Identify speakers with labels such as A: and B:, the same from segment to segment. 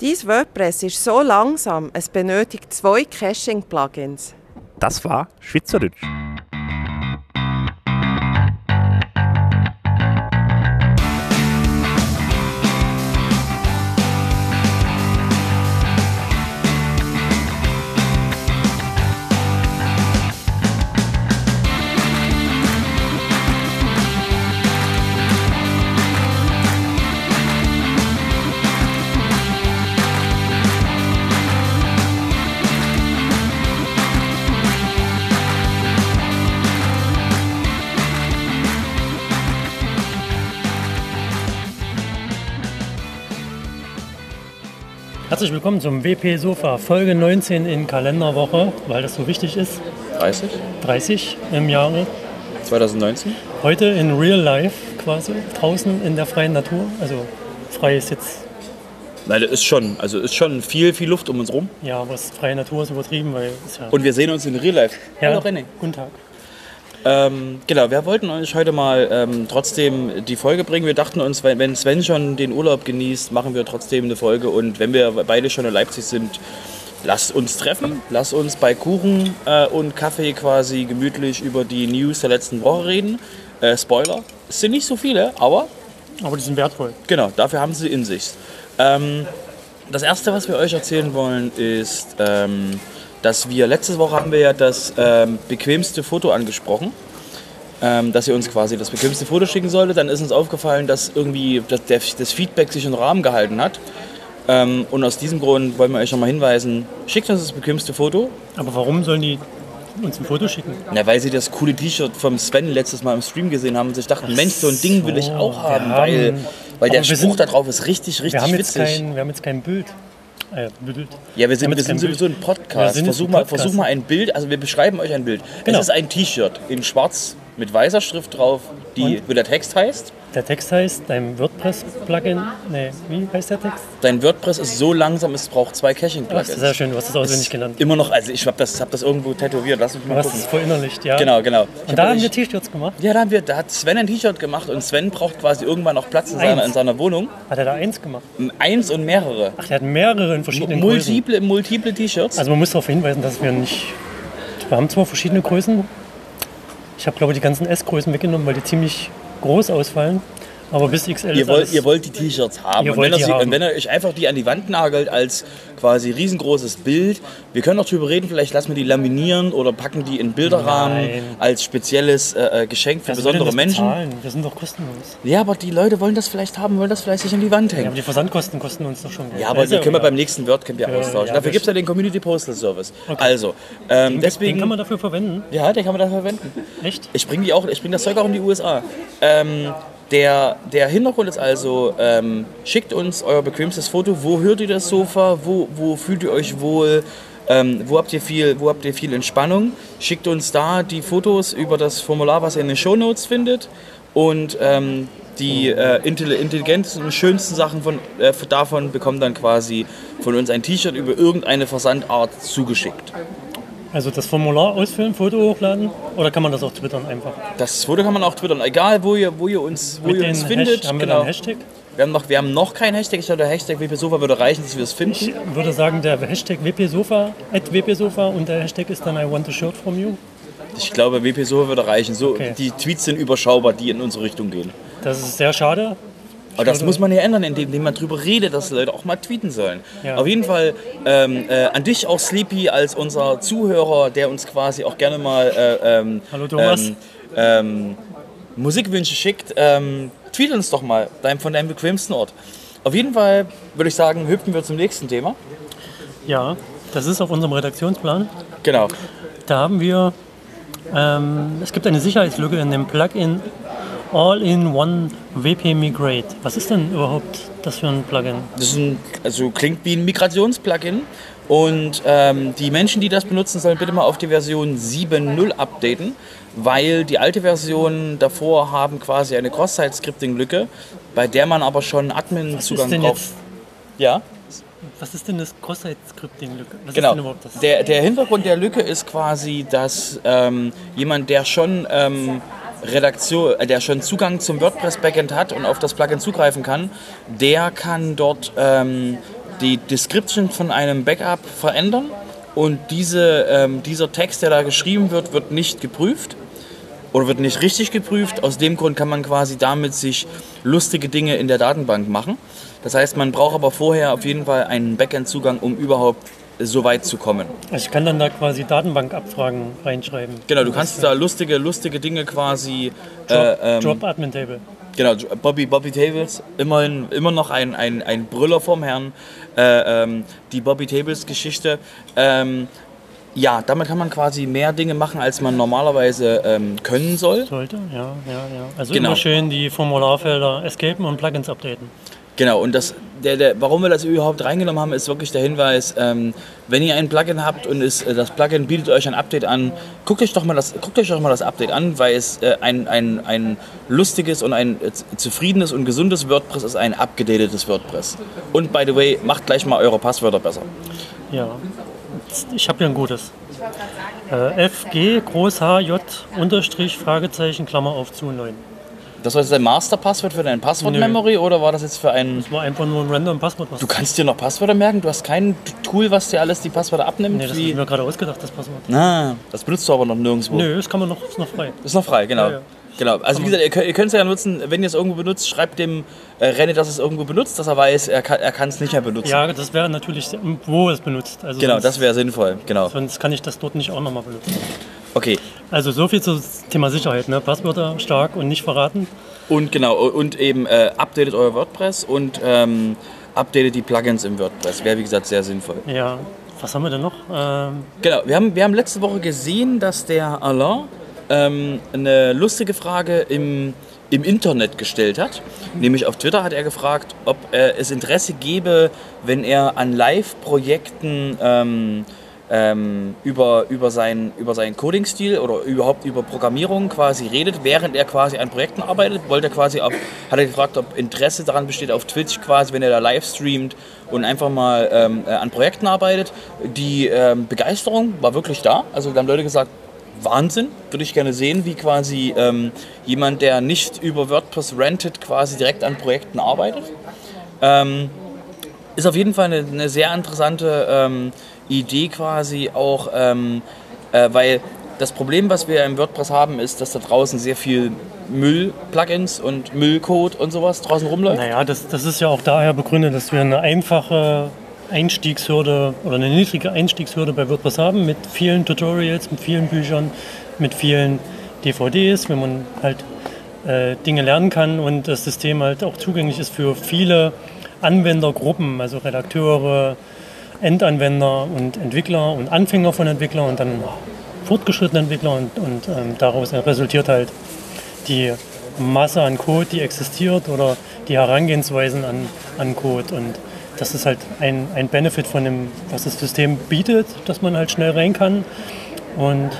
A: Dein WordPress ist so langsam, es benötigt zwei Caching-Plugins.
B: Das war Schweizerdeutsch.
C: Herzlich willkommen zum WP Sofa, Folge 19 in Kalenderwoche, weil das so wichtig ist,
D: 30?
C: 30 im Jahre.
D: 2019?
C: Heute in Real Life quasi, draußen in der freien Natur. Also frei ist jetzt,
D: Nein, das ist schon. Also ist schon viel, viel Luft um uns rum.
C: ja, aber es- freie Natur ist übertrieben, weil es ja...
D: Und wir sehen uns in Real Life.
C: ja,
D: Hallo René.
C: Guten Tag.
D: Ähm, genau, wir wollten euch heute mal ähm, trotzdem die Folge bringen. Wir dachten uns, wenn, wenn Sven schon den Urlaub genießt, machen wir trotzdem eine Folge. Und wenn wir beide schon in Leipzig sind, lasst uns treffen. Lasst uns bei Kuchen äh, und Kaffee quasi gemütlich über die News der letzten Woche reden. Äh, Spoiler, es sind nicht so viele, aber
C: Aber die sind wertvoll.
D: Genau, dafür haben sie in sich. Ähm, das erste, was wir euch erzählen wollen, ist, ähm, dass wir letzte Woche haben wir ja das ähm, bequemste Foto angesprochen. Ähm, dass ihr uns quasi das bequemste Foto schicken solltet. Dann ist uns aufgefallen, dass irgendwie das, der, das Feedback sich in Rahmen gehalten hat. Ähm, und aus diesem Grund wollen wir euch nochmal hinweisen, schickt uns das bequemste Foto.
C: Aber warum sollen die uns ein Foto schicken?
D: Na, weil sie das coole T-Shirt vom Sven letztes Mal im Stream gesehen haben und sich dachten, Mensch, so ein Ding will ich
C: so,
D: auch haben,
C: wir
D: weil,
C: haben-
D: weil der
C: Aber wir
D: Spruch
C: sind-
D: da drauf ist richtig, richtig
C: Wir haben jetzt,
D: witzig.
C: kein, wir haben jetzt kein Bild. Äh, Bild.
D: Ja, wir sind,
C: Damit
D: wir
C: es kein
D: sind sowieso
C: Bild-
D: ein
C: Wir
D: Podcast.
C: sind
D: Versuch
C: ein
D: mal,
C: Podcast.
D: versuch mal ein Bild, also wir beschreiben euch ein Bild.
C: Genau.
D: Es ist ein T-Shirt in schwarz mit weißer Schrift drauf, die, wie der Text heißt.
C: Der Text heißt, dein WordPress-Plugin, nee, wie heißt der Text?
D: Dein WordPress ist so langsam, es braucht zwei
C: Das ist genau. sehr
D: Caching-Plugess.
C: schön, du hast es auswendig genannt.
D: Immer noch, also ich hab das, hab das irgendwo tätowiert, lass mich
C: Du
D: mal
C: hast
D: gucken.
C: es verinnerlicht, ja.
D: Genau, genau. Ich hab
C: Und da haben
D: ich-
C: wir T-Shirts gemacht.
D: ja, da, haben wir, da hat Sven ein T-Shirt gemacht und Sven braucht quasi irgendwann noch Platz in seiner,
C: Eins.
D: in seiner Wohnung.
C: Hat er da eins gemacht?
D: Eins und mehrere.
C: Ach, der hat mehrere in verschiedenen Größen.
D: Multiple, multiple T-Shirts.
C: Also man muss darauf hinweisen, dass wir nicht... Wir haben zwar verschiedene Größen. Ich habe, glaube ich, die ganzen S-Größen weggenommen, weil die ziemlich groß ausfallen. Aber bis XL
D: Ihr
C: ist
D: wollt,
C: alles...
D: ihr wollt die T-Shirts haben.
C: Ihr
D: und,
C: wollt
D: wenn ihr
C: die
D: sie,
C: haben.
D: und wenn ihr euch einfach die an die Wand nagelt als quasi riesengroßes Bild, wir können auch drüber reden, vielleicht lassen wir die laminieren oder packen die in Bilderrahmen
C: Nein.
D: als spezielles äh, äh, Geschenk für
C: Wer soll denn
D: besondere
C: das
D: Menschen.
C: Bezahlen? Wir sind doch kostenlos.
D: Ja, aber die Leute wollen das vielleicht haben, wollen das vielleicht sich an die Wand
C: Ja,
D: hängen.
C: aber die Versandkosten kosten uns doch schon Geld.
D: Ja, aber
C: Das ist
D: die können wir
C: egal.
D: beim nächsten WordCamp ja,
C: Ja,
D: austauschen.
C: ja,
D: Dafür
C: das-
D: gibt es ja den Community Postal Service. Also, ähm,
C: Den kann
D: deswegen.
C: man dafür verwenden.
D: Ja, den kann man da verwenden.
C: Echt?
D: Ich bringe die auch, ich bring das Zeug auch in die USA. Ähm, der, der Hintergrund ist also, ähm, schickt uns euer bequemstes Foto. Wo hört ihr das Sofa? Wo, wo fühlt ihr euch wohl? Ähm, wo, habt ihr viel, wo habt ihr viel Entspannung? Schickt uns da die Fotos über das Formular, was ihr in den Shownotes findet. Und ähm, die äh, intelli- intelligentesten und schönsten Sachen von, äh, davon bekommen dann quasi von uns ein T-Shirt über irgendeine Versandart zugeschickt.
C: Also das Formular ausfüllen, Foto hochladen oder kann man das auch twittern einfach?
D: Das Foto kann man auch twittern, egal wo ihr, wo ihr uns, wo
C: Mit
D: ihr
C: den
D: uns findet.
C: Hash, haben wir da
D: genau.
C: einen Hashtag?
D: wir, haben noch, wir haben noch keinen Hashtag. Ich glaube, der Hashtag WP Sofa würde reichen, dass wir es
C: Ich
D: finden.
C: würde sagen, der Hashtag WPSofa, at WPSofa und der Hashtag ist dann I want a shirt from you.
D: Ich glaube, WP Sofa würde reichen. So,
C: Okay.
D: Die Tweets sind überschaubar, die in unsere Richtung gehen.
C: Das ist sehr schade.
D: Aber das muss man ja ändern, indem indem man drüber redet, dass Leute auch mal tweeten sollen.
C: Ja.
D: Auf jeden Fall ähm, äh, an dich auch Sleepy als unser Zuhörer, der uns quasi auch gerne mal äh, ähm,
C: Hallo Thomas.
D: ähm, ähm, Musikwünsche schickt. Ähm, tweet uns doch mal dein, von deinem bequemsten Ort. Auf jeden Fall würde ich sagen, hüpfen wir zum nächsten Thema.
C: Ja, das ist auf unserem Redaktionsplan.
D: Genau.
C: Da haben wir, ähm, es gibt eine Sicherheitslücke in dem Plugin All-in-One WP Migrate. Was ist denn überhaupt das für ein Plugin?
D: Das ist ein, also klingt wie ein Migrations-Plugin. Und ähm, die Menschen, die das benutzen, sollen bitte mal auf die Version 7.0 updaten, weil die alte Version davor haben quasi eine Cross-Site-Scripting-Lücke, bei der man aber schon
C: Was ist
D: Admin-Zugang
C: denn
D: braucht.
C: jetzt,
D: Ja,
C: was ist denn das Cross-Site-Scripting-Lücke? Was ist denn
D: genau.
C: überhaupt das?
D: Der, der Hintergrund der Lücke ist quasi, dass ähm, jemand, der schon ähm, Redaktion, äh, der schon Zugang zum WordPress-Backend hat und auf das Plugin zugreifen kann, der kann dort ähm, die Description von einem Backup verändern und diese, ähm, dieser Text, der da geschrieben wird, wird nicht geprüft oder wird nicht richtig geprüft. Aus dem Grund kann man quasi damit sich lustige Dinge in der Datenbank machen. Das heißt, man braucht aber vorher auf jeden Fall einen Backend-Zugang, um überhaupt so weit zu kommen.
C: Also ich kann dann da quasi Datenbankabfragen reinschreiben.
D: Genau, du kannst da lustige, lustige Dinge quasi.
C: Drop,
D: äh, ähm,
C: Drop Admin Table.
D: Genau, Bobby, Bobby Tables, immerhin immer noch ein, ein, ein Brüller vom Herrn. Äh, ähm, die Bobby Tables Geschichte. Ähm, ja, damit kann man quasi mehr Dinge machen, als man normalerweise ähm, können soll.
C: Sollte, ja, ja, ja. Also
D: Genau.
C: immer schön die Formularfelder escapen und Plugins updaten.
D: Genau, und das, der, der, warum wir das überhaupt reingenommen haben, ist wirklich der Hinweis, ähm, wenn ihr ein Plugin habt und es, äh, das Plugin bietet euch ein Update an, guckt euch doch mal das, guckt euch doch mal das Update an, weil es äh, ein, ein, ein lustiges und ein äh, z- zufriedenes und gesundes WordPress ist ein abgedatetes WordPress. Und by the way, macht gleich mal eure Passwörter besser.
C: Ja. Ich habe hier ein gutes. Äh, FG groß HJ unterstrich Fragezeichen Klammer auf zu 9.
D: Das war jetzt dein Master-Passwort für dein Passwort-Memory oder war das jetzt für einen...
C: Das war einfach nur ein random Passwort. Was
D: Du kannst dir noch Passwörter merken? Du hast kein Tool, was dir alles die Passwörter abnimmt?
C: nee, das habe
D: wie-
C: ich mir gerade ausgedacht, das Passwort.
D: Ah, das benutzt du aber noch nirgendwo.
C: Nö, das kann man noch, ist noch frei.
D: Ist noch frei, genau.
C: Ja, ja.
D: Genau. Also wie gesagt, ihr könnt, ihr könnt es ja nutzen, wenn ihr es irgendwo benutzt, schreibt dem äh, René, dass es irgendwo benutzt, dass er weiß, er kann er kann es nicht mehr benutzen.
C: Ja, das wäre natürlich, sehr- wo es benutzt. Also
D: Genau,
C: sonst,
D: das wäre sinnvoll. Genau.
C: Sonst kann ich das dort nicht auch nochmal benutzen.
D: Okay.
C: Also so viel zum Thema Sicherheit. Ne? Passwörter stark und nicht verraten.
D: Und genau, und eben äh, updatet euer WordPress und ähm, updatet die Plugins im WordPress. Wäre wie gesagt sehr sinnvoll.
C: Ja, was haben wir denn noch? Ähm,
D: Genau, wir haben, wir haben letzte Woche gesehen, dass der Alain ähm, eine lustige Frage im, im Internet gestellt hat. Nämlich auf Twitter hat er gefragt, ob äh, es Interesse gäbe, wenn er an Live-Projekten ähm, ähm, über, über, sein, über seinen Coding-Stil oder überhaupt über Programmierung quasi redet, während er quasi an Projekten arbeitet. Wollte er quasi, ob, hat er gefragt, ob Interesse daran besteht auf Twitch quasi, wenn er da live streamt und einfach mal ähm, äh, an Projekten arbeitet. Die ähm, Begeisterung war wirklich da. Also da haben Leute gesagt, Wahnsinn, würde ich gerne sehen, wie quasi ähm, jemand, der nicht über WordPress rentet, quasi direkt an Projekten arbeitet. Ähm, ist auf jeden Fall eine, eine sehr interessante ähm, Idee quasi auch, ähm, äh, weil das Problem, was wir im WordPress haben, ist, dass da draußen sehr viel Müll-Plugins und Müllcode und sowas draußen rumläuft.
C: naja, das, das ist ja auch daher begründet, dass wir eine einfache Einstiegshürde oder eine niedrige Einstiegshürde bei WordPress haben mit vielen Tutorials, mit vielen Büchern, mit vielen DVDs, wenn man halt äh, Dinge lernen kann und das System halt auch zugänglich ist für viele Anwendergruppen, also Redakteure, Endanwender und Entwickler und Anfänger von Entwickler und dann fortgeschrittene Entwickler und, und ähm, daraus resultiert halt die Masse an Code, die existiert oder die Herangehensweisen an, an Code. Und das ist halt ein, ein Benefit von dem, was das System bietet, dass man halt schnell rein kann. Und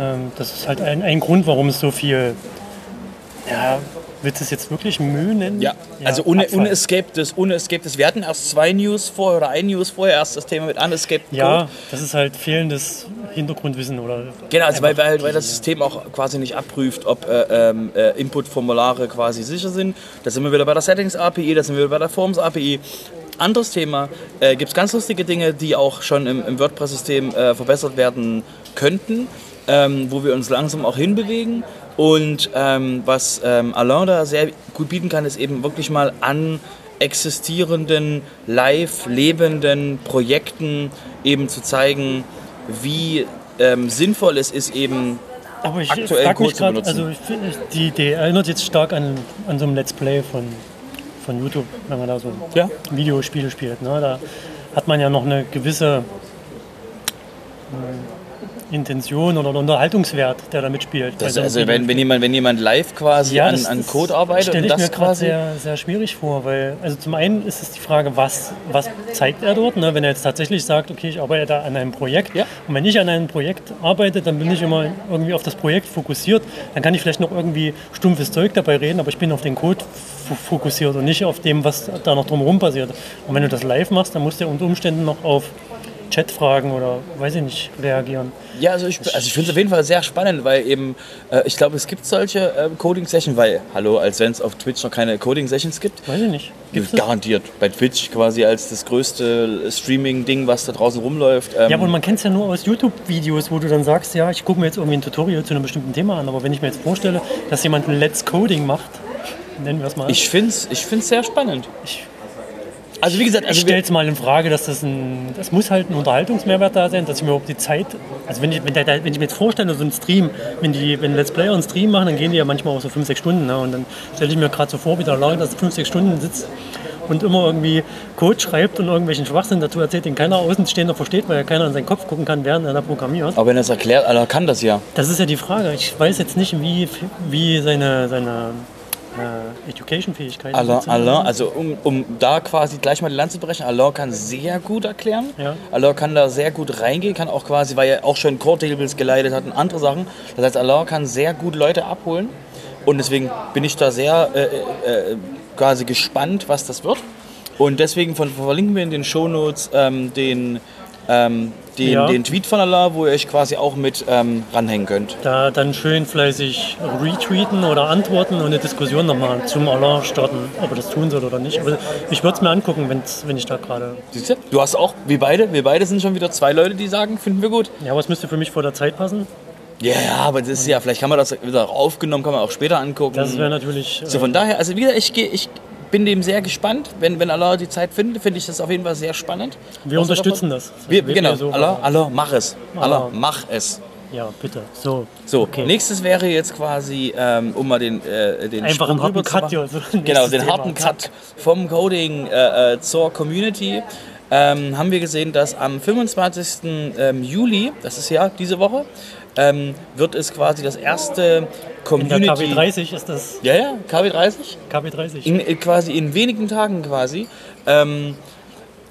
C: ähm, das ist halt ein, ein Grund, warum es so viel, ja, willst du es jetzt wirklich Mühe nennen?
D: Ja, also un
C: Abfall.
D: unescaptes, unescaptes. Wir hatten erst zwei News vorher oder ein News vorher, erst das Thema mit unescaped
C: Ja,
D: Code.
C: das ist halt fehlendes Hintergrundwissen oder
D: Genau, also weil,
C: einfach
D: weil, weil das System auch quasi nicht abprüft, ob äh, ähm, äh, Input-Formulare quasi sicher sind. Da sind wir wieder bei der Settings-API, da sind wir wieder bei der Forms-API. Anderes Thema, äh, gibt es ganz lustige Dinge, die auch schon im, im WordPress-System äh, verbessert werden könnten, ähm, wo wir uns langsam auch hinbewegen. Und ähm, was ähm, Alain da sehr gut bieten kann, ist eben wirklich mal an existierenden, live lebenden Projekten eben zu zeigen, wie ähm, sinnvoll es ist, eben
C: Aber ich
D: aktuell
C: frag mich
D: Code zu
C: grad,
D: benutzen.
C: also ich find, die Idee erinnert jetzt stark an, an so ein Let's Play von, von YouTube, wenn man da so
D: Ja.
C: Videospiele spielt. Ne? Da hat man ja noch eine gewisse ähm, Intention oder einen Unterhaltungswert, der da mitspielt.
D: Das,
C: Bei so
D: also
C: einem
D: wenn, wenn, jemand, wenn jemand live quasi
C: ja,
D: an,
C: das,
D: an
C: das
D: Code arbeitet
C: stelle
D: und
C: ich mir
D: das
C: gerade
D: quasi.
C: sehr, sehr schwierig vor, weil also zum einen ist es die Frage, was, was zeigt er dort, ne? wenn er jetzt tatsächlich sagt, okay, ich arbeite da an einem Projekt
D: Ja.
C: und wenn ich an einem Projekt arbeite, dann bin ich immer irgendwie auf das Projekt fokussiert, dann kann ich vielleicht noch irgendwie stumpfes Zeug dabei reden, aber ich bin auf den Code f- fokussiert und nicht auf dem, was da noch drumherum passiert. Und wenn du das live machst, dann musst du ja unter Umständen noch auf Chatfragen oder weiß ich nicht reagieren.
D: Ja, also ich, also ich finde es auf jeden Fall sehr spannend, weil eben, äh, ich glaube, es gibt solche ähm, Coding-Sessions, weil, hallo, als wenn es auf Twitch noch keine Coding-Sessions gibt.
C: Weiß ich nicht. Gibt's das?
D: Garantiert. Bei Twitch quasi als das größte äh, Streaming-Ding, was da draußen rumläuft. Ähm,
C: Ja, aber man kennt es ja nur aus YouTube-Videos, wo du dann sagst, ja, ich gucke mir jetzt irgendwie ein Tutorial zu einem bestimmten Thema an. Aber wenn ich mir jetzt vorstelle, dass jemand ein Let's Coding macht, nennen wir es mal,
D: ich finde es ich find's sehr spannend.
C: Ich-
D: also wie gesagt,
C: ich
D: also
C: stelle
D: wir,
C: es mal in Frage, dass das ein, das muss halt ein Unterhaltungsmehrwert da sein, dass ich mir überhaupt die Zeit, also wenn ich, wenn, der, wenn ich mir jetzt vorstelle, so ein Stream, wenn die, wenn Let's Player einen Stream machen, dann gehen die ja manchmal auch so 5, 6 Stunden, ne? und dann stelle ich mir gerade so vor, wie der Lang, dass 5, 6 Stunden sitzt und immer irgendwie Code schreibt und irgendwelchen Schwachsinn dazu erzählt, den keiner Außenstehender versteht, weil ja keiner in seinen Kopf gucken kann, während er da programmiert.
D: aber wenn er es erklärt, also er kann das ja.
C: Das ist ja die Frage. Ich weiß jetzt nicht, wie, wie seine, seine äh, Education-Fähigkeiten
D: Alain,
C: sind.
D: Alain, also um, um da quasi gleich mal die Lanze zu brechen, Alain kann sehr gut erklären.
C: Ja.
D: Alain kann da sehr gut reingehen, kann auch quasi, weil er auch schon Core-Tables geleitet hat und andere Sachen. Das heißt, Alain kann sehr gut Leute abholen. Und deswegen bin ich da sehr äh, äh, quasi gespannt, was das wird. Und deswegen von, verlinken wir in den Shownotes ähm, den, ähm, den,
C: Ja.
D: den Tweet von Alain, wo ihr euch quasi auch mit ähm, ranhängen könnt.
C: Da dann schön fleißig retweeten oder antworten und eine Diskussion nochmal zum Alain starten, ob er das tun soll oder nicht. Aber ich würde es mir angucken, wenn's, wenn ich da gerade.
D: Siehst du? Du hast auch, wie beide, wir beide sind schon wieder zwei Leute, die sagen, finden wir gut.
C: Ja, aber es müsste für mich vor der Zeit passen.
D: Ja, ja, aber das ist ja, vielleicht kann man das wieder auch aufgenommen, kann man auch später angucken.
C: Das wäre natürlich. Äh,
D: Mhm. so von daher, also wie gesagt, ich, geh- ich bin dem sehr gespannt. Wenn, wenn Allah die Zeit findet, finde ich das auf jeden Fall sehr spannend.
C: wir
D: Was
C: unterstützen
D: Also, davon-
C: das.
D: Wir,
C: Also Wenn
D: genau,
C: so-
D: Allah, Allah, mach es. Allah,
C: Allah.
D: mach es.
C: Ja, bitte. So.
D: So,
C: Okay.
D: nächstes wäre jetzt quasi, ähm, um mal den, äh, den
C: Einfach einen harten
D: Sprung rüber zu
C: Cut,
D: machen.
C: ja, so,
D: Genau,
C: nächstes
D: den
C: Thema.
D: harten
C: Zack.
D: Cut vom Coding äh, äh, zur Community. Ähm, haben wir gesehen, dass am 25. Ähm, Juli, das ist ja diese Woche, ähm, wird es quasi das erste
C: In der
D: Community.
C: KW30 ist das.
D: Ja, ja, KW30.
C: KW30.
D: In, äh, quasi in wenigen Tagen quasi. Ähm,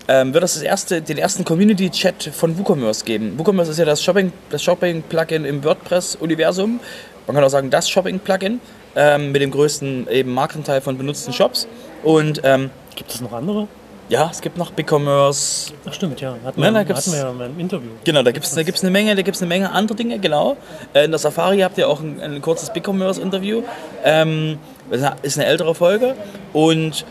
D: ähm, wird es das erste, den ersten Community-Chat von WooCommerce geben. WooCommerce ist ja das Shopping- das Shopping-Plugin im WordPress-Universum. Man kann auch sagen, das Shopping-Plugin ähm, mit dem größten eben Marktanteil von benutzten Shops. Und ähm,
C: Gibt es noch andere?
D: ja, es gibt noch BigCommerce.
C: Ach, stimmt, ja. Hatten
D: Nein,
C: wir,
D: da gibt's-
C: hatten wir ja im Interview.
D: Genau, da gibt es da gibt's eine Menge, da gibt's eine Menge andere Dinge, genau. Äh, In der Safari habt ihr auch ein, ein kurzes BigCommerce-Interview. Ähm, das ist eine ältere Folge. Und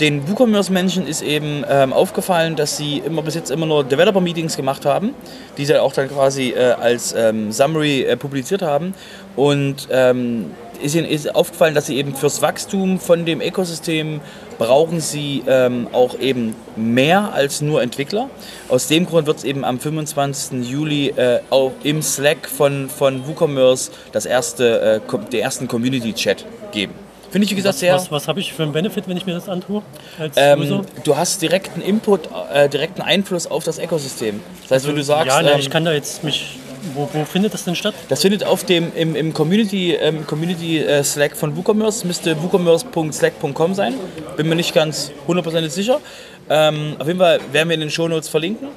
D: den WooCommerce-Menschen ist eben ähm, aufgefallen, dass sie immer bis jetzt immer nur Developer-Meetings gemacht haben, die sie auch dann quasi äh, als ähm, Summary äh, publiziert haben. Und ähm, ist ihnen ist aufgefallen, dass sie eben fürs Wachstum von dem Ökosystem brauchen sie ähm, auch eben mehr als nur Entwickler. Aus dem Grund wird es eben am 25. Juli äh, auch im Slack von, von WooCommerce das erste, äh, Com- den ersten Community-Chat geben. Finde ich, wie gesagt,
C: Was,
D: sehr...
C: was, was habe ich für einen Benefit, wenn ich mir das antue? Als User?
D: Ähm, du hast direkten Input, äh, direkten Einfluss auf das Ökosystem. Das heißt, wenn du sagst,
C: ja, ne,
D: ähm,
C: ich kann da jetzt mich. Wo, wo findet das denn statt?
D: das findet auf dem im, im Community ähm, Community äh, Slack von WooCommerce, müsste woocommerce.slack.com sein. Bin mir nicht ganz hundertprozentig sicher. Ähm, auf jeden Fall werden wir in den Shownotes verlinken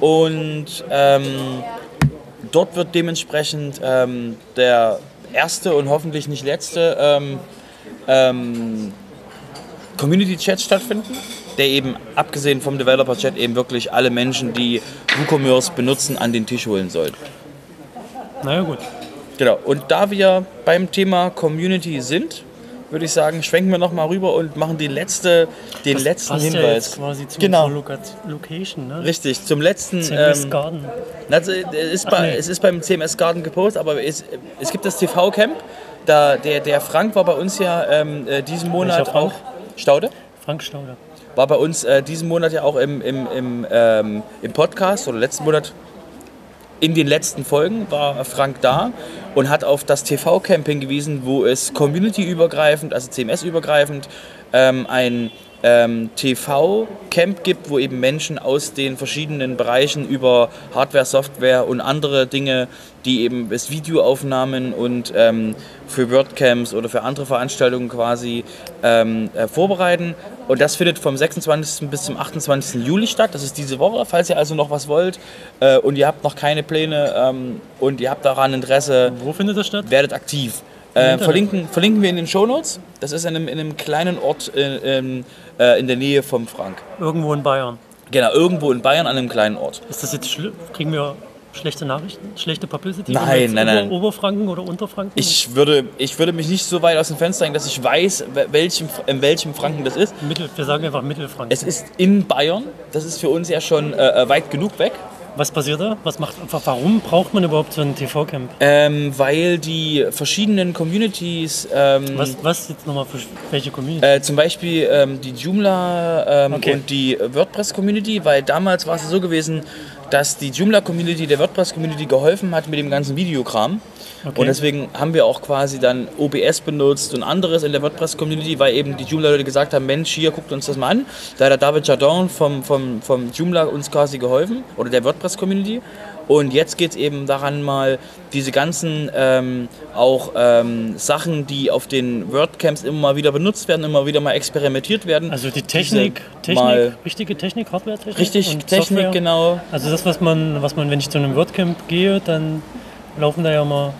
D: und ähm, dort wird dementsprechend ähm, der erste und hoffentlich nicht letzte ähm, ähm, Community-Chat stattfinden, der eben abgesehen vom Developer-Chat eben wirklich alle Menschen, die WooCommerce benutzen, an den Tisch holen soll.
C: Na ja, gut.
D: Genau, und da wir beim Thema Community sind, würde ich sagen, schwenken wir nochmal rüber und machen die letzte, den letzten
C: passt Ja jetzt
D: Hinweis.
C: quasi zu
D: Genau.
C: genau. Loca Location, ne?
D: Richtig, zum letzten.
C: CMS
D: Ähm,
C: Garden.
D: na, es ist bei,
C: nee.
D: Es ist beim CMS Garden gepostet, aber es, es gibt das TV-Camp. Da, der, der Frank war bei uns ja ähm, äh, diesen Monat
C: Frank?
D: auch. Staude?
C: Frank Stauder.
D: War bei uns äh, diesen Monat ja auch im, im, im, ähm, im Podcast oder letzten Monat in den letzten Folgen war Frank da und hat auf das TV-Camp hingewiesen, wo es community-übergreifend, also CMS-übergreifend, ähm, ein ähm, TV-Camp gibt, wo eben Menschen aus den verschiedenen Bereichen über Hardware, Software und andere Dinge, die eben bis Videoaufnahmen und ähm, für WordCamps oder für andere Veranstaltungen quasi ähm, äh, vorbereiten. Und das findet vom 26. bis zum 28. Juli statt. Das ist diese Woche. Falls ihr also noch was wollt äh, und ihr habt noch keine Pläne ähm, und ihr habt daran Interesse,
C: Wo findet das statt?
D: werdet aktiv. Äh,
C: Internet.
D: verlinken, verlinken wir in den Shownotes. Das ist in einem, in einem kleinen Ort äh, ähm, äh, in der Nähe vom Frank.
C: Irgendwo in Bayern.
D: Genau, irgendwo in Bayern an einem kleinen Ort.
C: Ist das jetzt schlimm? Kriegen wir schlechte Nachrichten, schlechte Publicity?
D: Nein,
C: Wenn wir jetzt
D: nein,
C: Ober
D: nein.
C: Oberfranken oder Unterfranken?
D: Ich würde, ich würde mich nicht so weit aus dem Fenster hängen, dass ich weiß, wel- welchem, in welchem Franken das ist.
C: Mittel, wir sagen einfach Mittelfranken.
D: Es ist in Bayern. Das ist für uns ja schon äh, äh, weit genug weg.
C: Was passiert da? Was macht, wa- warum braucht man überhaupt so ein TV-Camp?
D: Ähm, weil die verschiedenen Communities, ähm,
C: Was, was jetzt nochmal für welche Community?
D: äh, zum Beispiel ähm, die Joomla ähm,
C: Okay.
D: und die WordPress-Community, weil damals war es so gewesen, dass die Joomla-Community der WordPress-Community geholfen hat mit dem ganzen Videokram.
C: Okay.
D: Und deswegen haben wir auch quasi dann OBS benutzt und anderes in der WordPress-Community, weil eben die Joomla-Leute gesagt haben, Mensch, hier, guckt uns das mal an. Da hat der David Jardin vom, vom, vom Joomla uns quasi geholfen, oder der WordPress-Community. Und jetzt geht es eben daran mal, diese ganzen ähm, auch ähm, Sachen, die auf den WordCamps immer mal wieder benutzt werden, immer wieder mal experimentiert werden.
C: also die Technik,
D: diese
C: Technik
D: mal-
C: richtige Technik, Hardware-Technik?
D: richtig
C: und
D: Technik,
C: Software?
D: genau.
C: Also das, was man, was man, wenn ich zu einem WordCamp gehe, dann laufen da ja mal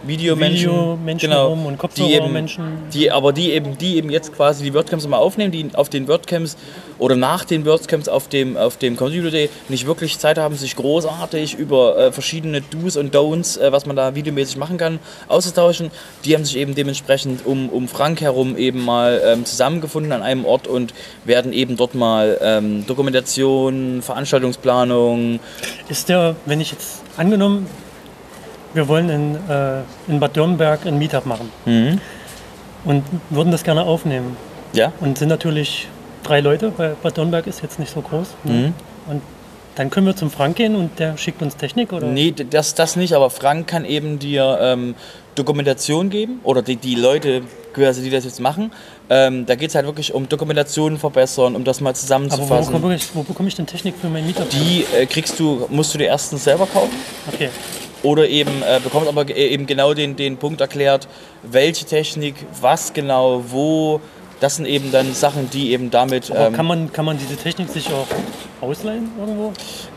D: Videomenschen.
C: Videomenschen
D: genau,
C: rum und
D: die eben-
C: Kopfhörermenschen.
D: Die, aber die eben, die eben jetzt quasi die WordCamps immer aufnehmen, die auf den WordCamps oder nach den WordCamps auf dem, auf dem Computer Day nicht wirklich Zeit haben, sich großartig über äh, verschiedene Do's und Don'ts, äh, was man da videomäßig machen kann, auszutauschen. Die haben sich eben dementsprechend um, um Frank herum eben mal ähm, zusammengefunden an einem Ort und werden eben dort mal ähm, Dokumentation, Veranstaltungsplanung,
C: Ist der, wenn ich jetzt angenommen, wir wollen in, äh, in Bad Dürnberg ein Meetup machen und würden das gerne aufnehmen
D: ja,
C: und sind natürlich drei Leute, weil Bad Dürnberg ist jetzt nicht so groß.
D: Mhm.
C: ne? Und dann können wir zum Frank gehen und der schickt uns Technik oder?
D: Nee, d- das, das nicht, aber Frank kann eben dir ähm, Dokumentation geben oder die, die Leute, quasi, die das jetzt machen. Ähm, da geht es halt wirklich um Dokumentationen verbessern, um das mal
C: Aber wo
D: zusammenzufassen.
C: bekomme, ich, wo bekomme ich denn Technik für mein Meetup?
D: die ähm, äh, kriegst du, musst du dir erstens selber kaufen
C: Okay.
D: oder eben äh, bekommst aber ge- eben genau den, den Punkt erklärt, welche Technik, was genau, wo. Das sind eben dann Sachen, die eben damit.
C: Aber
D: ähm,
C: kann, man, kann man diese Technik sich auch ausleihen irgendwo?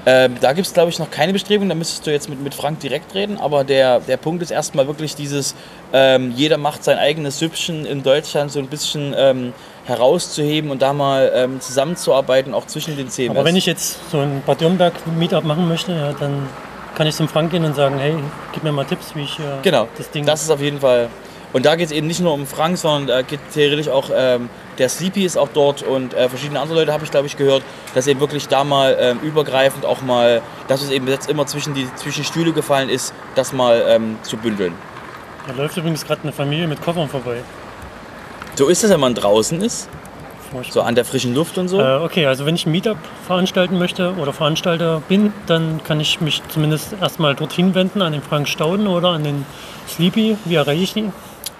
D: Ähm, da gibt es, glaube ich, noch keine Bestrebung, da müsstest du jetzt mit, mit Frank direkt reden, aber der, der Punkt ist erstmal wirklich dieses, ähm, jeder macht sein eigenes Süppchen in Deutschland so ein bisschen ähm, herauszuheben und da mal ähm, zusammenzuarbeiten, auch zwischen den CMS.
C: Aber wenn ich jetzt so ein Bad Dürnberg Meetup machen möchte, ja, dann kann ich zum Frank gehen und sagen, hey, gib mir mal Tipps, wie ich äh,
D: genau,
C: das Ding.
D: das ist auf jeden Fall. Und da geht es eben nicht nur um Frank, sondern da geht theoretisch auch, ähm, der Sleepy ist auch dort und äh, verschiedene andere Leute habe ich, glaube ich, gehört, dass eben wirklich da mal ähm, übergreifend auch mal, dass es eben jetzt immer zwischen die zwischen Stühle gefallen ist, das mal ähm, zu bündeln.
C: da läuft übrigens gerade eine Familie mit Koffern vorbei.
D: So ist es, wenn man draußen ist,
C: Furchtbar.
D: so an der frischen Luft und so.
C: Äh, okay, also wenn ich ein Meetup veranstalten möchte oder Veranstalter bin, dann kann ich mich zumindest erstmal dorthin wenden, an den Frank Stauden oder an den Sleepy. Wie erreiche ich die?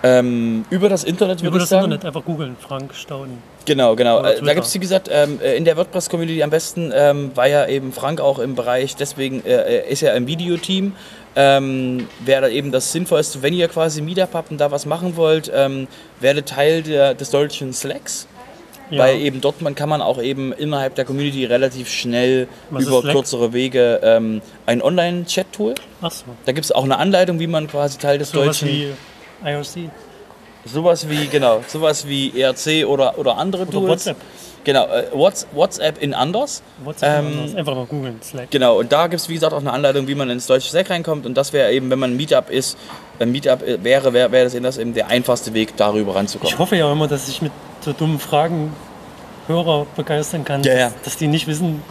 D: Ähm, über das Internet würde
C: Über
D: ich
C: das
D: sagen.
C: Internet einfach googeln, Frank Stauden.
D: Genau, genau.
C: Oder
D: Äh,
C: Twitter.
D: da gibt es, wie gesagt, ähm, äh, in der WordPress-Community am besten, ähm, war ja eben Frank auch im Bereich, deswegen äh, äh, ist er im Videoteam. Ähm, Wäre da eben das Sinnvollste, wenn ihr quasi Meetup habt und da was machen wollt, ähm, werdet Teil der, des deutschen Slacks.
C: Ja.
D: Weil eben dort man kann man auch eben innerhalb der Community relativ schnell
C: Was ist
D: über
C: Slack?
D: kürzere Wege ähm, ein Online-Chat-Tool.
C: Ach so.
D: Da gibt es auch eine Anleitung, wie man quasi Teil des
C: Sowas
D: deutschen
C: wie IRC
D: Sowas wie, genau, sowas wie ERC oder, oder andere
C: oder
D: Tools.
C: WhatsApp.
D: Genau, äh, Whats- WhatsApp in anders.
C: WhatsApp
D: Ähm,
C: ähm, einfach mal googeln, Slack.
D: Genau, und da gibt es wie gesagt auch eine Anleitung, wie man ins deutsche Slack reinkommt. Und das wäre eben, wenn man ein Meetup ist, ein Meetup äh, wäre, wäre wäre das eben, das eben der einfachste Weg, darüber ranzukommen.
C: Ich hoffe ja immer, dass ich mit so dummen Fragen Hörer begeistern kann,
D: Ja, ja.
C: Dass, dass die nicht wissen.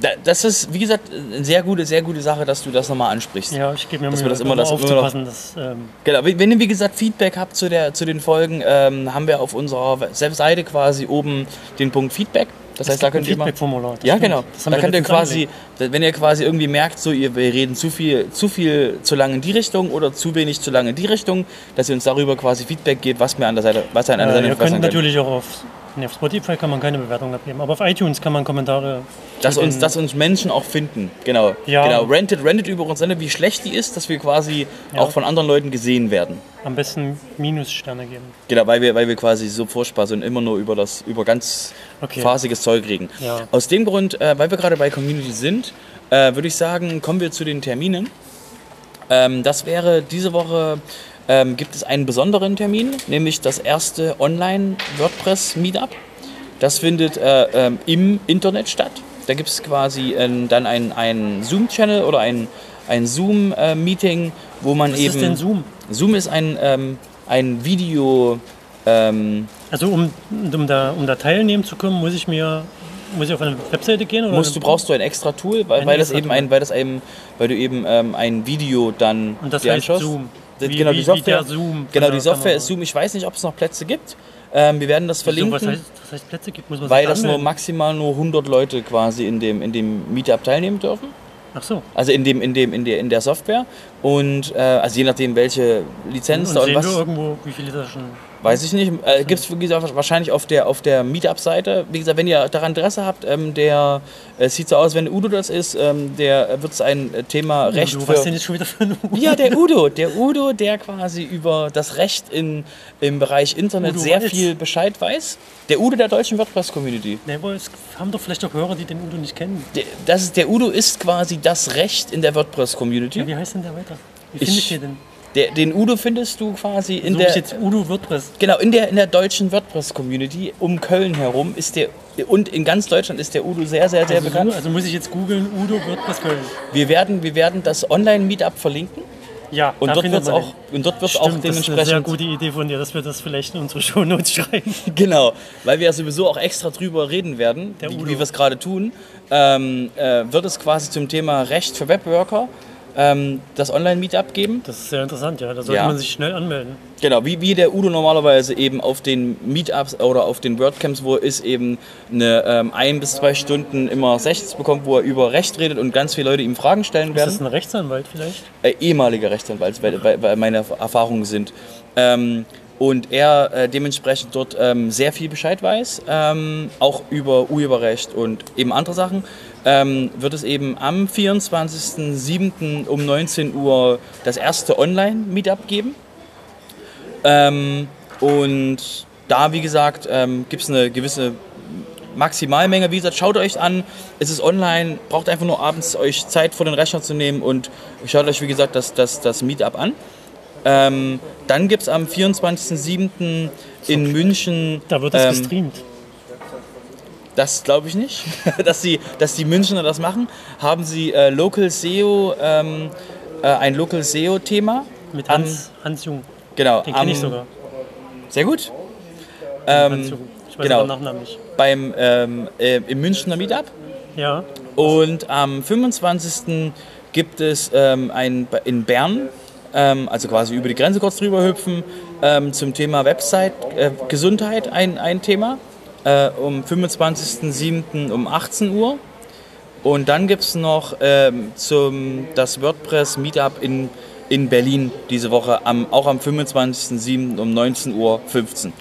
D: Da- Das ist, wie gesagt, eine sehr gute, sehr gute Sache, dass du das nochmal ansprichst.
C: Ja, ich gebe mir
D: Dass
C: Mühe,
D: wir das immer- dass wir immer noch-
C: aufzupassen. Dass, ähm,
D: Genau, wenn wenn ihr wie gesagt Feedback habt zu, der, zu den Folgen, ähm, haben wir auf unserer We- Seite quasi oben den Punkt Feedback. Das heißt, da könnt ihr immer.
C: Feedback-Formular. das
D: Ja,
C: stimmt.
D: genau.
C: Das haben
D: Da
C: wir
D: könnt ihr
C: letztens
D: quasi,
C: angelegt.
D: wenn ihr quasi irgendwie merkt, so ihr, wir reden zu viel, zu viel, zu lange in die Richtung oder zu wenig, zu lange in die Richtung, dass ihr uns darüber quasi Feedback gebt, was mir an der Seite, was an der
C: Äh,
D: Seite
C: ihr
D: verbessern
C: könnt
D: könnt.
C: natürlich auch auf, nee, auf Spotify kann man keine Bewertung abgeben, aber auf iTunes kann man Kommentare.
D: Dass
C: zu
D: uns,
C: den-
D: dass uns Menschen auch finden. Genau.
C: Ja.
D: Genau. Rentet, rentet über uns, Sender, wie schlecht die ist, dass wir quasi
C: Ja.
D: auch von anderen Leuten gesehen werden.
C: am besten Minussterne geben.
D: Genau, weil wir, weil wir quasi so furchtbar sind, immer nur über das, über ganz
C: Okay.
D: phasiges Zeug reden.
C: Ja.
D: Aus dem Grund, äh, weil wir gerade bei Community sind, äh, würde ich sagen, kommen wir zu den Terminen. Ähm, das wäre diese Woche. Ähm, gibt es einen besonderen Termin, nämlich das erste Online-WordPress-Meetup. Das findet äh, ähm, im Internet statt. Da gibt es quasi ähm, dann einen, einen Zoom-Channel oder ein, ein Zoom-Meeting, wo man
C: Was
D: eben.
C: ist denn Zoom?
D: Zoom ist ein, ähm, ein Video. Ähm,
C: Also um, um, da, um da teilnehmen zu können, muss ich mir muss ich auf eine Webseite gehen? Oder
D: musst du brauchst du ein extra Tool, weil,
C: Ein
D: weil das
C: extra
D: eben
C: Tool.
D: ein, weil das eben, weil du eben ähm, ein Video dann
C: Und das
D: dir
C: heißt
D: anschaust.
C: Zoom.
D: Das-
C: Wie-
D: genau,
C: wie-
D: die
C: wie
D: Software,
C: der Zoom von
D: genau,
C: der
D: die Software
C: Kamera.
D: ist Zoom. Ich weiß nicht, ob es noch Plätze gibt. Ähm, wir werden das
C: so,
D: verlinken.
C: was heißt, was heißt Plätze gibt, muss man sich
D: Weil das nur
C: anmelden.
D: maximal nur 100 Leute quasi in dem, in dem Meetup teilnehmen dürfen.
C: Ach so.
D: Also in, dem, in, dem, in, der, in der Software. Und äh, also je nachdem, welche Lizenz
C: Und
D: da und
C: sehen
D: was.
C: wir irgendwo, wie viele da schon.
D: Weiß ich nicht. Äh, Gibt es, wie gesagt, wahrscheinlich auf der, auf der Meetup-Seite. Wie gesagt, wenn ihr daran Interesse habt, ähm, der, es sieht so aus, wenn Udo das ist, ähm, der wird ein äh, Thema Recht
C: du, was
D: für...
C: denn jetzt schon wieder für ein
D: Ja, der Udo, der Udo, der quasi über das Recht in, im Bereich Internet
C: Udo
D: sehr
C: Walz.
D: viel Bescheid weiß. Der Udo der deutschen WordPress-Community.
C: Ne, aber es haben doch vielleicht auch Hörer, die den Udo nicht kennen.
D: Der- Das ist, der Udo ist quasi das Recht in der WordPress-Community.
C: Ja, wie heißt denn der weiter? Wie
D: Ich-
C: finde ich den denn?
D: Der- Den Udo findest du quasi in
C: Suche
D: der
C: ich jetzt Udo WordPress.
D: genau in der in der deutschen WordPress-Community um Köln herum ist der und in ganz Deutschland ist der Udo sehr sehr sehr
C: Also,
D: bekannt.
C: also muss ich jetzt googeln, Udo WordPress Köln.
D: Wir werden wir werden das Online-Meetup verlinken
C: Ja,
D: und
C: da
D: dort
C: findet
D: wird's
C: man
D: auch
C: den.
D: und dort wird's
C: Stimmt,
D: auch
C: das ist eine sehr
D: dementsprechend
C: gute Idee von dir, dass wir das vielleicht in unsere Shownotes schreiben.
D: genau, weil wir ja sowieso auch extra drüber reden werden,
C: Der
D: wie,
C: Udo.
D: wie wir es gerade tun. Ähm, äh, wird es quasi zum Thema Recht für Webworker ähm, das Online-Meetup geben?
C: Das ist sehr interessant, ja. Da sollte
D: Ja.
C: man sich schnell anmelden.
D: Genau, wie, wie der Udo normalerweise eben auf den Meetups oder auf den WordCamps, wo er ist, eben eine ähm, ein bis zwei Stunden immer Sessions bekommt, wo er über Recht redet und ganz viele Leute ihm Fragen stellen
C: Ist das
D: werden.
C: ein Rechtsanwalt vielleicht?
D: Äh, ehemaliger Rechtsanwalt, weil, weil, weil meine Erfahrungen sind. Ähm, und er äh, dementsprechend dort ähm, sehr viel Bescheid weiß, ähm, auch über Urheberrecht und eben andere Sachen, ähm, wird es eben am 24.07. um 19 Uhr das erste Online-Meetup geben. Ähm, und da, wie gesagt, ähm, gibt es eine gewisse Maximalmenge. Wie gesagt, schaut euch an. Es ist online. Braucht einfach nur abends euch Zeit vor den Rechner zu nehmen und schaut euch, wie gesagt, das, das, das Meetup an. Ähm, dann gibt es am 24.07. in München.
C: Da wird das
D: ähm,
C: gestreamt.
D: Das glaube ich nicht. dass, die, dass die Münchner das machen. Haben sie äh, Local SEO, ähm, äh, ein Local SEO-Thema.
C: Mit
D: am-
C: Hans, Hans Jung.
D: Genau.
C: Den kenne ich
D: am-
C: sogar.
D: Sehr gut.
C: Hans Jung. Ich weiß
D: genau.
C: aber den Nachnamen nicht.
D: beim, ähm, äh, im Münchner Meetup.
C: Ja.
D: Und am 25. gibt es ähm, ein, in Bern, ähm, also quasi über die Grenze kurz drüber hüpfen, ähm, zum Thema Website, äh, Gesundheit ein, ein Thema. Äh, um 25.07. um 18 Uhr. Und dann gibt es noch ähm, zum, das WordPress Meetup in, in Berlin diese Woche, am, auch am 25.07. um 19.15 Uhr.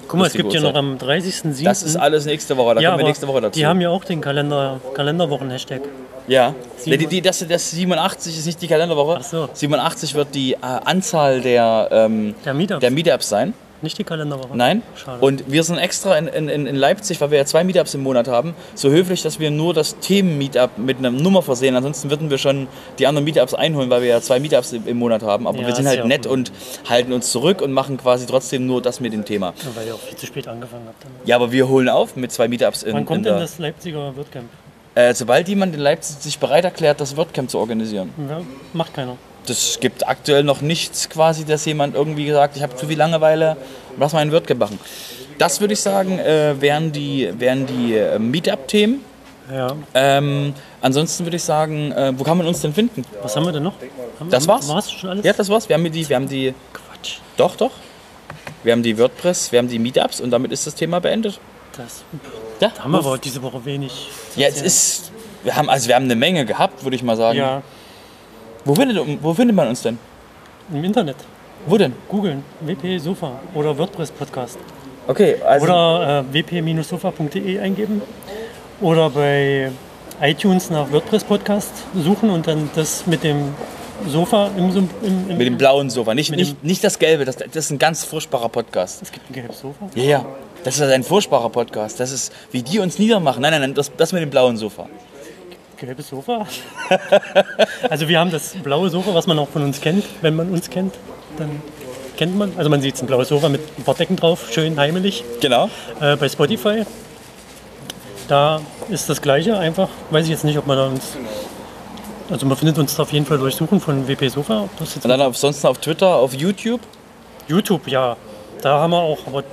C: Guck mal, es gibt ja noch am 30.07.
D: Das ist alles nächste Woche, da
C: ja,
D: kommen wir
C: aber
D: nächste Woche dazu.
C: Die haben ja auch den Kalender, Kalenderwochen-Hashtag.
D: Ja,
C: Sieben-
D: die, die, das, das 87 ist nicht die Kalenderwoche.
C: Ach so.
D: 87 wird die äh, Anzahl der, ähm,
C: Der Meetup.
D: der Meetups sein.
C: nicht die Kalenderwoche.
D: Nein.
C: Schade.
D: Und wir sind extra in, in, in in Leipzig, weil wir ja zwei Meetups im Monat haben, so höflich, dass wir nur das Themen-Meetup mit einer Nummer versehen. Ansonsten würden wir schon die anderen Meetups einholen, weil wir ja zwei Meetups im, im Monat haben. Aber
C: Ja,
D: wir sind
C: ist
D: halt
C: ja auch
D: nett
C: ein-
D: und halten uns zurück und machen quasi trotzdem nur das mit dem Thema.
C: Ja, Weil ihr auch viel zu spät angefangen habt.
D: Ja, aber wir holen auf mit zwei Meetups in,
C: Wann
D: in
C: kommt
D: der,
C: denn das Leipziger WordCamp?
D: Äh, sobald jemand in Leipzig sich bereit erklärt, das WordCamp zu organisieren.
C: Ja, macht keiner.
D: Das gibt aktuell noch nichts quasi, dass jemand irgendwie sagt, ich habe zu viel Langeweile, lass mal einen WordCamp machen. Das würde ich sagen, äh, wären die, wären die äh, Meetup-Themen.
C: Ja.
D: Ähm, ansonsten würde ich sagen, äh, wo kann man uns denn finden?
C: Was haben wir denn noch? Haben,
D: Das war's?
C: War's schon alles?
D: Ja, das war's. Wir haben hier die, wir haben die,
C: Quatsch.
D: doch, doch. Wir haben die WordPress, wir haben die Meetups und damit ist das Thema beendet.
C: Das
D: Ja,
C: haben wir aber diese Woche wenig. zu
D: Ja, es
C: erzählen.
D: ist, wir haben, also wir haben eine Menge gehabt, würde ich mal sagen.
C: Ja,
D: Wo, findet, wo findet man uns denn?
C: im Internet.
D: Wo denn?
C: Googeln. WP Sofa oder WordPress Podcast.
D: Okay, also.
C: Oder äh, wp-sofa.de E eingeben. Oder bei iTunes nach WordPress Podcast suchen und dann das mit dem Sofa im, Sum- im, im
D: Mit dem blauen Sofa, nicht,
C: Mit dem-
D: nicht, nicht das gelbe, das, das ist ein ganz furchtbarer Podcast.
C: Es gibt ein gelbes Sofa.
D: Ja, ja, das ist ein furchtbarer Podcast. Das ist, wie die uns niedermachen. Nein, nein, nein, das, das mit dem blauen Sofa.
C: Gelbes Sofa. also wir haben das blaue Sofa, was man auch von uns kennt. Wenn man uns kennt, dann kennt man. Also man sieht ein blaues Sofa mit ein paar Decken drauf, schön heimelig.
D: Genau.
C: Äh, bei Spotify. äh, Da ist das Gleiche einfach. Weiß ich jetzt nicht, ob man da uns. Also man findet uns da auf jeden Fall durchsuchen von WP Sofa. Ob das jetzt
D: Und dann ansonsten auf Twitter, auf YouTube.
C: YouTube, ja. Da haben wir auch, aber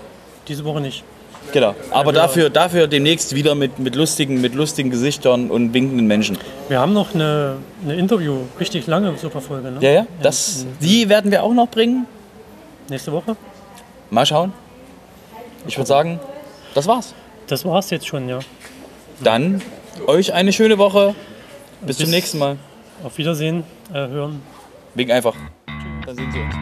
C: diese Woche nicht.
D: Genau. Aber dafür, dafür demnächst wieder mit, mit, lustigen, mit lustigen Gesichtern und winkenden Menschen.
C: Wir haben noch eine, eine Interview, richtig lange Superfolge, ne?
D: Ja, ja. Das, die werden wir auch noch bringen.
C: Nächste Woche.
D: Mal schauen. Ich würde sagen, das war's.
C: Das war's jetzt schon, ja.
D: Dann euch eine schöne Woche. Bis, zum nächsten Mal.
C: Auf Wiedersehen, äh, hören.
D: Wink einfach. Dann sehen Sie uns.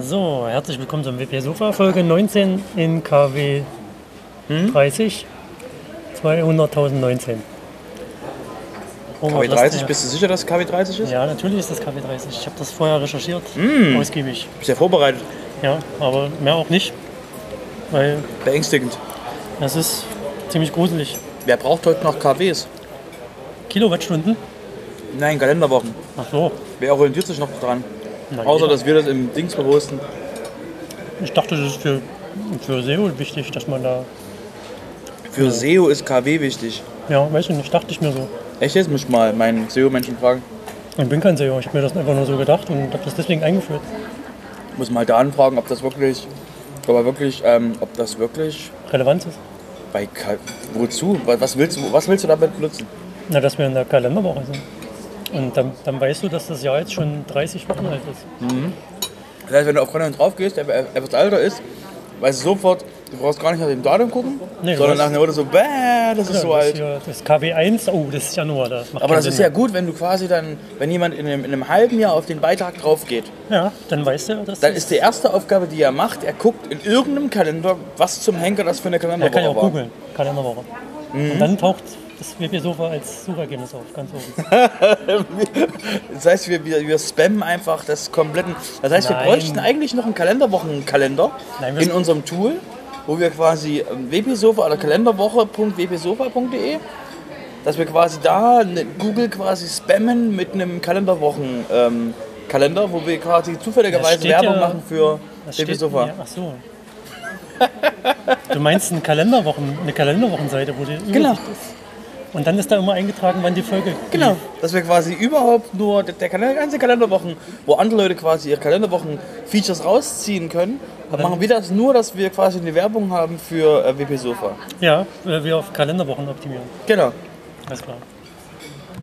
C: So, herzlich willkommen zum WP Sofa Folge 19 in KW 30 200.019. Robert,
D: KW
C: lass
D: 30,
C: dir-
D: bist du sicher, dass KW 30 ist?
C: Ja, natürlich ist das KW 30. Ich habe das vorher recherchiert, ausgiebig.
D: Bist ja vorbereitet.
C: Ja, aber mehr auch nicht, weil
D: Beängstigend.
C: das ist ziemlich gruselig.
D: Wer braucht heute noch KWs?
C: Kilowattstunden?
D: Nein, Kalenderwochen.
C: Ach so.
D: Wer orientiert sich noch dran?
C: Na,
D: Außer,
C: jeder.
D: dass wir das im Dings posten.
C: Ich dachte, das ist für, für SEO wichtig, dass man da.
D: Für SEO ist KW wichtig.
C: Ja, weiß ich nicht, dachte ich mir so.
D: Echt jetzt? Muss ich mal meinen SEO-Menschen fragen.
C: Ich bin kein SEO, ich habe mir das einfach nur so gedacht und habe das deswegen eingeführt.
D: Muss mal da anfragen, ob das wirklich, ob er wirklich, ähm, ob das wirklich
C: Relevanz ist.
D: bei K wozu? Wa- Was willst du, was willst du damit benutzen?
C: Na, dass wir in der Kalenderwoche sind. Und dann, dann weißt du, dass das Jahr jetzt schon 30 Wochen alt ist.
D: Das heißt, wenn du auf Content drauf gehst, der der etwas älter ist, weißt du sofort, du brauchst gar nicht nach dem Datum gucken,
C: Nee, du
D: sondern
C: weißt-
D: nach dem Motto so, bäh, das ist so
C: das,
D: alt.
C: hier, das KW1, oh, das ist Januar. Das macht
D: Aber
C: keinen
D: das ist ja
C: Sinn
D: gut, wenn du quasi dann, wenn jemand in einem, in einem halben Jahr auf den Beitrag drauf geht,
C: mehr. Ja, dann weißt du, dass
D: dann ist die erste Aufgabe, die er macht, er guckt in irgendeinem Kalender, was zum Henker das für eine
C: Er
D: Kalenderwoche Mhm.
C: kann ja auch
D: war.
C: googeln, Kalenderwoche. Und dann taucht das WP-Sofa als Suchergebnis auf, ganz oben.
D: Das heißt, wir, wir, wir spammen einfach das kompletten. Das heißt,
C: Nein.
D: wir bräuchten eigentlich noch einen Kalenderwochenkalender
C: Nein, wir-
D: in unserem Tool, wo wir quasi ähm, wpsofa oder kalenderwoche.wpsofa.de, dass wir quasi da ne- Google quasi spammen mit einem Kalenderwochen ähm, Kalender, wo wir quasi
C: Das
D: zufälligerweise
C: steht ja-
D: Werbung machen für
C: Das steht-
D: wpsofa.
C: Ja, ach so. Du meinst eine, Kalenderwochen, eine Kalenderwochenseite, wo die Übersicht
D: Genau.
C: ist. Und dann ist da immer eingetragen, wann die Folge
D: Genau, dass wir quasi überhaupt nur der, der Kalender- ganze Kalenderwochen, wo andere Leute quasi ihre Kalenderwochen-Features rausziehen können, dann machen wir das nur, dass wir quasi eine Werbung haben für äh, WP Sofa.
C: Ja, weil wir auf Kalenderwochen optimieren.
D: Genau.
C: Alles klar.